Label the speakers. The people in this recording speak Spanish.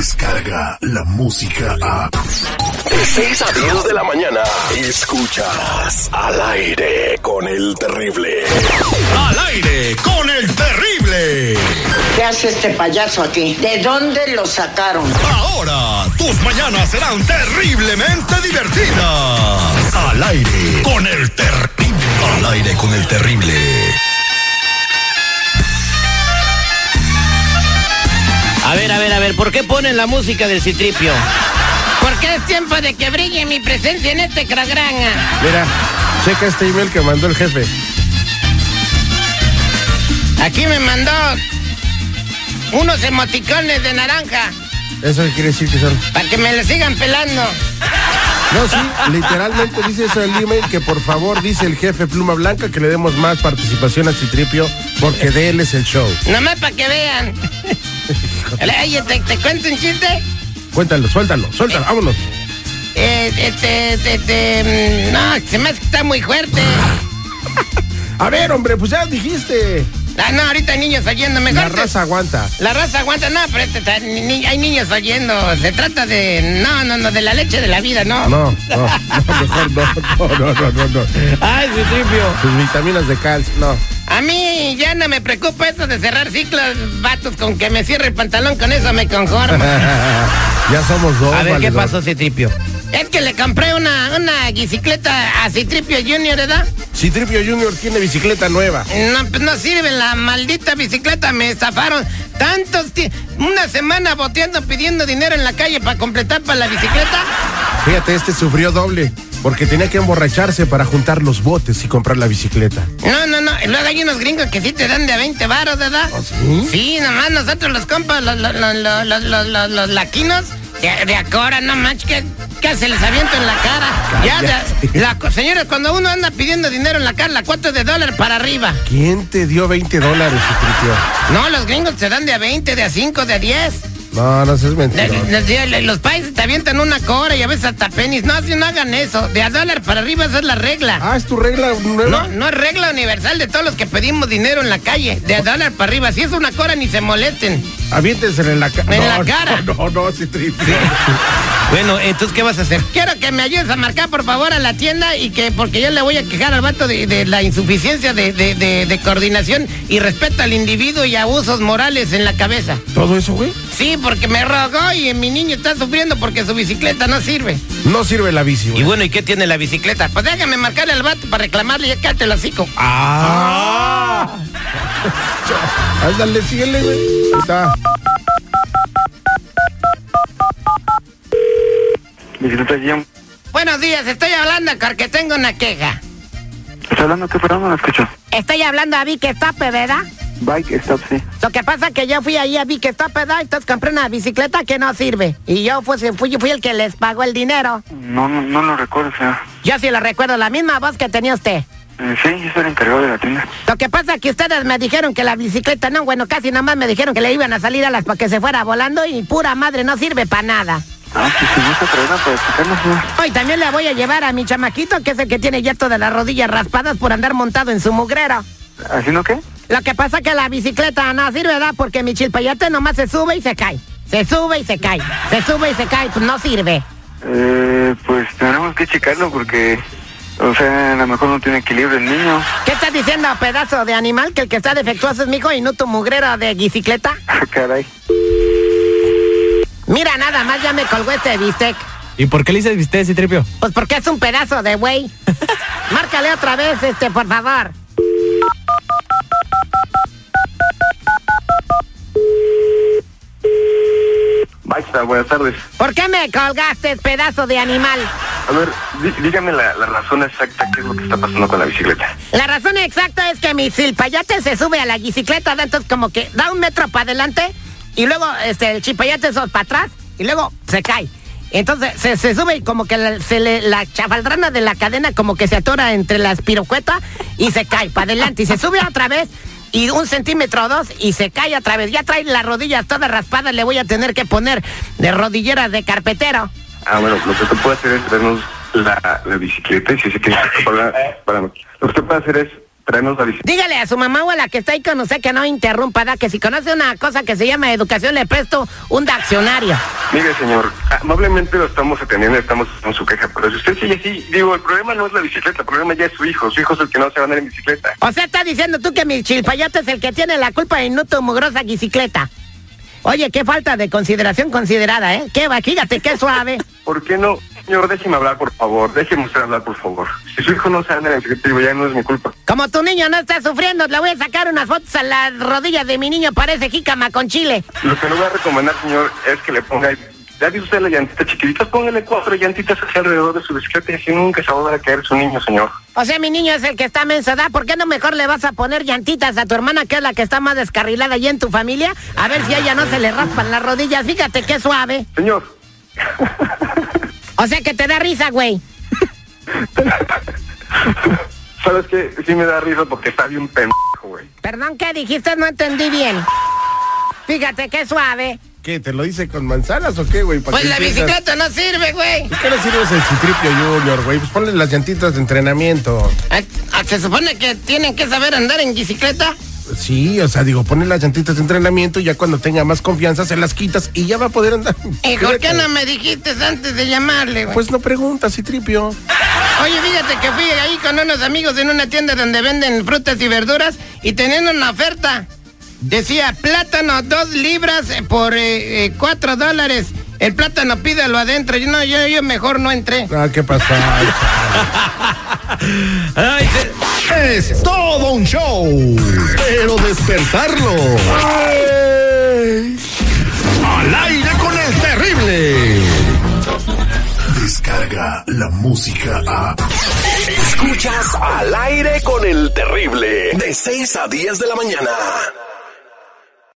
Speaker 1: Escucha la música a.
Speaker 2: De 6 a 10 de la mañana. Escuchas al aire con el terrible.
Speaker 3: Al aire con el terrible.
Speaker 4: ¿Qué hace este payaso aquí? ¿De dónde lo sacaron?
Speaker 3: Ahora, tus mañanas serán terriblemente divertidas. Al aire con el terrible. Al aire con el terrible.
Speaker 5: A ver, a ver, a ver, ¿por qué ponen la música del citripio?
Speaker 6: Porque es tiempo de que brille mi presencia en este cragrana.
Speaker 7: Mira, checa este email que mandó el jefe.
Speaker 6: Aquí me mandó unos emoticones de naranja
Speaker 7: Eso quiere decir que son.
Speaker 6: para que me lo sigan pelando.
Speaker 7: No, sí, literalmente dice eso en el email que por favor dice el jefe Pluma Blanca que le demos más participación a Citripio porque de él es el show.
Speaker 6: Nomás para que vean. Oye, ¿te, te cuento un chiste?
Speaker 7: Cuéntalo, suéltalo, suéltalo, vámonos.
Speaker 6: Eh, este, este, este, mm, no, se me hace que está muy fuerte.
Speaker 7: A ver, hombre, pues ya dijiste.
Speaker 6: Ah, no, ahorita hay niños oyendo. Mejor
Speaker 7: La
Speaker 6: te-
Speaker 7: raza aguanta.
Speaker 6: La raza aguanta, no, pero este está- ni- ni- hay niños oyendo. Se trata de. No, no, no, de la leche de la vida, no.
Speaker 7: No, no, no, mejor no, no, no, no, no, no.
Speaker 5: Ay, citripio.
Speaker 7: Sus vitaminas de calcio, no.
Speaker 6: A mí ya no me preocupa eso de cerrar ciclos, vatos, con que me cierre el pantalón, con eso me conformo.
Speaker 7: ya somos dos.
Speaker 5: A ver, ¿qué
Speaker 7: valedor.
Speaker 5: pasó, citripio?
Speaker 6: es que le compré una, una bicicleta a Citripio Junior, ¿verdad?
Speaker 7: Citripio Junior tiene bicicleta nueva.
Speaker 6: No, pues no sirve la maldita bicicleta, me estafaron tantos ti- Una semana boteando, pidiendo dinero en la calle para completar para la bicicleta.
Speaker 7: Fíjate, este sufrió doble porque tenía que emborracharse para juntar los botes y comprar la bicicleta.
Speaker 6: No, no, no. y Luego hay unos gringos que sí te dan de a 20 varos, ¿verdad?
Speaker 7: ¿Ah, sí?
Speaker 6: Sí, nomás nosotros los compas, los, los, los, los, los, los- los- los laquinos, de, de acora, no manches, que, que se les avienta en la cara. Ya,
Speaker 7: Cállate.
Speaker 6: de- la co- señores, cuando uno anda pidiendo dinero en la cara, la cuota es de dólar para arriba.
Speaker 7: ¿Quién te dio 20 dólares, Citripio?
Speaker 6: No, los gringos te dan de a 20, de a 5, de a 10.
Speaker 7: No, no seas
Speaker 6: De-
Speaker 7: mentira.
Speaker 6: de- de- de- los países te avientan una cora y a veces hasta penis. No, si no hagan eso. De a dólar para arriba, esa es la regla.
Speaker 7: Ah, ¿es tu regla nueva?
Speaker 6: No, no es regla universal de todos los que pedimos dinero en la calle, de dólar para arriba. Si es una cora, ni se molesten.
Speaker 7: Aviéntensela en la cara.
Speaker 6: En la cara.
Speaker 7: No, no, no, Citripio.
Speaker 5: Bueno, entonces, ¿qué vas a hacer?
Speaker 6: Quiero que me ayudes a marcar, por favor, a la tienda y que, porque yo le voy a quejar al vato de, de la insuficiencia de, de- de- de coordinación y respeto al individuo y abusos morales en la cabeza.
Speaker 7: ¿Todo eso, güey?
Speaker 6: Sí, porque me rogó y mi niño está sufriendo porque su bicicleta no sirve.
Speaker 7: No sirve la bici,
Speaker 5: Y
Speaker 7: güey.
Speaker 5: bueno, ¿y qué tiene la bicicleta?
Speaker 6: Pues déjame marcarle al vato para reclamarle y cállate el hocico.
Speaker 7: ¡Ah! Ándale, síguele, güey. Ahí está.
Speaker 8: Bicicleta Guillón.
Speaker 6: Buenos días, estoy hablando porque tengo una queja.
Speaker 8: ¿Estás Pues hablando qué programa? No escucho.
Speaker 6: Estoy hablando a Vicky Stape, ¿verdad?
Speaker 8: Bike Stop, sí.
Speaker 6: Lo que pasa es que yo fui ahí a vi que está pedal, entonces compré una bicicleta que no sirve. Y yo pues, fui, fui el que les pagó el dinero.
Speaker 8: No, no, no lo recuerdo, o sea.
Speaker 6: Yo sí lo recuerdo, la misma voz que tenía usted.
Speaker 8: eh, sí, yo soy el encargado de la tienda.
Speaker 6: Lo que pasa es que ustedes me dijeron que la bicicleta, no, bueno, casi nada más me dijeron que le iban a salir a las para que se fuera volando y pura madre, no sirve para nada.
Speaker 8: Ah, sí, si gusta traerla para explicarnos, ¿no? pues,
Speaker 6: Hoy también la voy a llevar a mi chamaquito, que es el que tiene ya todas las rodillas raspadas por andar montado en su mugrero.
Speaker 8: ¿Haciendo qué?
Speaker 6: Lo que pasa es que la bicicleta no sirve, ¿verdad? Porque mi chilpayate nomás se sube y se cae. Se sube y se cae. Se sube y se cae, pues no sirve.
Speaker 8: Eh, pues tenemos que checarlo porque, o sea, a lo mejor no tiene equilibrio el niño.
Speaker 6: ¿Qué estás diciendo, pedazo de animal? Que el que está defectuoso es mi hijo y no tu mugrero de bicicleta.
Speaker 8: Caray.
Speaker 6: Mira, nada más ya me colgó este bistec.
Speaker 9: ¿Y por qué le dices bistec, Citripio?
Speaker 6: Pues porque es un pedazo de güey. Márcale otra vez, este, por favor.
Speaker 8: Bike buenas tardes.
Speaker 6: ¿Por qué me colgaste, pedazo de animal?
Speaker 8: A ver, dí- dígame la, la razón exacta, qué es lo que está pasando con la bicicleta.
Speaker 6: La razón exacta es que mi silpayate se sube a la bicicleta, ¿verdad? entonces como que da un metro para adelante y luego este, el chipayate se va para atrás y luego se cae. Entonces se, se sube y como que la, se le- la chafaldrana de la cadena como que se atora entre las pirocuetas y se cae para adelante y se sube otra vez y un centímetro o dos y se cae otra vez. Ya trae las rodillas todas raspadas, le voy a tener que poner de rodilleras de carpetero.
Speaker 8: Ah, bueno, lo que usted puede hacer es traernos la, la bicicleta y si se quiere para, para Lo que usted puede hacer es traernos a visitar.
Speaker 6: Dígale a su mamá o a la que está ahí con usted que no interrumpa, da que si conoce una cosa que se llama educación le presto un diccionario.
Speaker 8: Mire, señor, amablemente lo estamos atendiendo, estamos con su queja, pero si usted sigue así, digo, el problema no es la bicicleta, el problema ya es su hijo. Su hijo es el que no se va a andar en bicicleta.
Speaker 6: O sea, estás diciendo tú que mi chilpayate es el que tiene la culpa de no tu mugrosa bicicleta. Oye, qué falta de consideración considerada, ¿eh? Qué va, fíjate, qué suave.
Speaker 8: ¿Por qué no? Señor, déjeme hablar, por favor. Déjeme usted hablar, por favor. Si su hijo no se anda en bicicleta, digo, ya no es mi culpa.
Speaker 6: Como tu niño no está sufriendo, le voy a sacar unas fotos a las rodillas de mi niño, parece jícama con chile.
Speaker 8: Lo que no voy a recomendar, señor, es que le ponga... Ya vio usted las llantitas chiquititas, póngale cuatro llantitas hacia alrededor de su bicicleta y así nunca se va a volver a caer su niño, señor.
Speaker 6: O sea, mi niño es el que está menso, ¿da? ¿Por qué no mejor le vas a poner llantitas a tu hermana, que es la que está más descarrilada allí en tu familia? A ver si a ella no se le raspan las rodillas, fíjate qué suave.
Speaker 8: Señor.
Speaker 6: O sea, que te da risa, güey.
Speaker 8: ¿Sabes qué? Sí me da risa porque está bien pendejo, güey.
Speaker 6: Perdón, ¿qué dijiste? No entendí bien. Fíjate qué suave.
Speaker 7: ¿Qué? ¿Te lo dice con manzanas o qué, güey? ¿Para
Speaker 5: Pues
Speaker 7: qué
Speaker 5: la
Speaker 7: empiezas?
Speaker 5: bicicleta no sirve, güey.
Speaker 7: ¿Por qué no sirves el citripio Junior, güey? Pues ponle las llantitas de entrenamiento.
Speaker 5: Ah, ah, Se supone que tienen que saber andar en bicicleta.
Speaker 7: Sí, o sea, digo, ponle las llantitas de entrenamiento y ya cuando tenga más confianza se las quitas y ya va a poder andar.
Speaker 5: ¿Y por qué no me dijiste antes de llamarle, güey?
Speaker 7: Pues no preguntas, Citripio.
Speaker 5: Oye, fíjate que fui ahí con unos amigos en una tienda donde venden frutas y verduras y tenían una oferta. Decía, plátano, dos libras eh, por eh, eh, cuatro dólares. El plátano pídalo adentro. Yo, no, yo, yo mejor no entré.
Speaker 7: Ah, ¿qué pasa?
Speaker 3: Es todo un show. Pero despertarlo. Al aire con el terrible.
Speaker 1: Descarga la música a.
Speaker 2: Escuchas al aire con el terrible. De 6 a 10 de la mañana.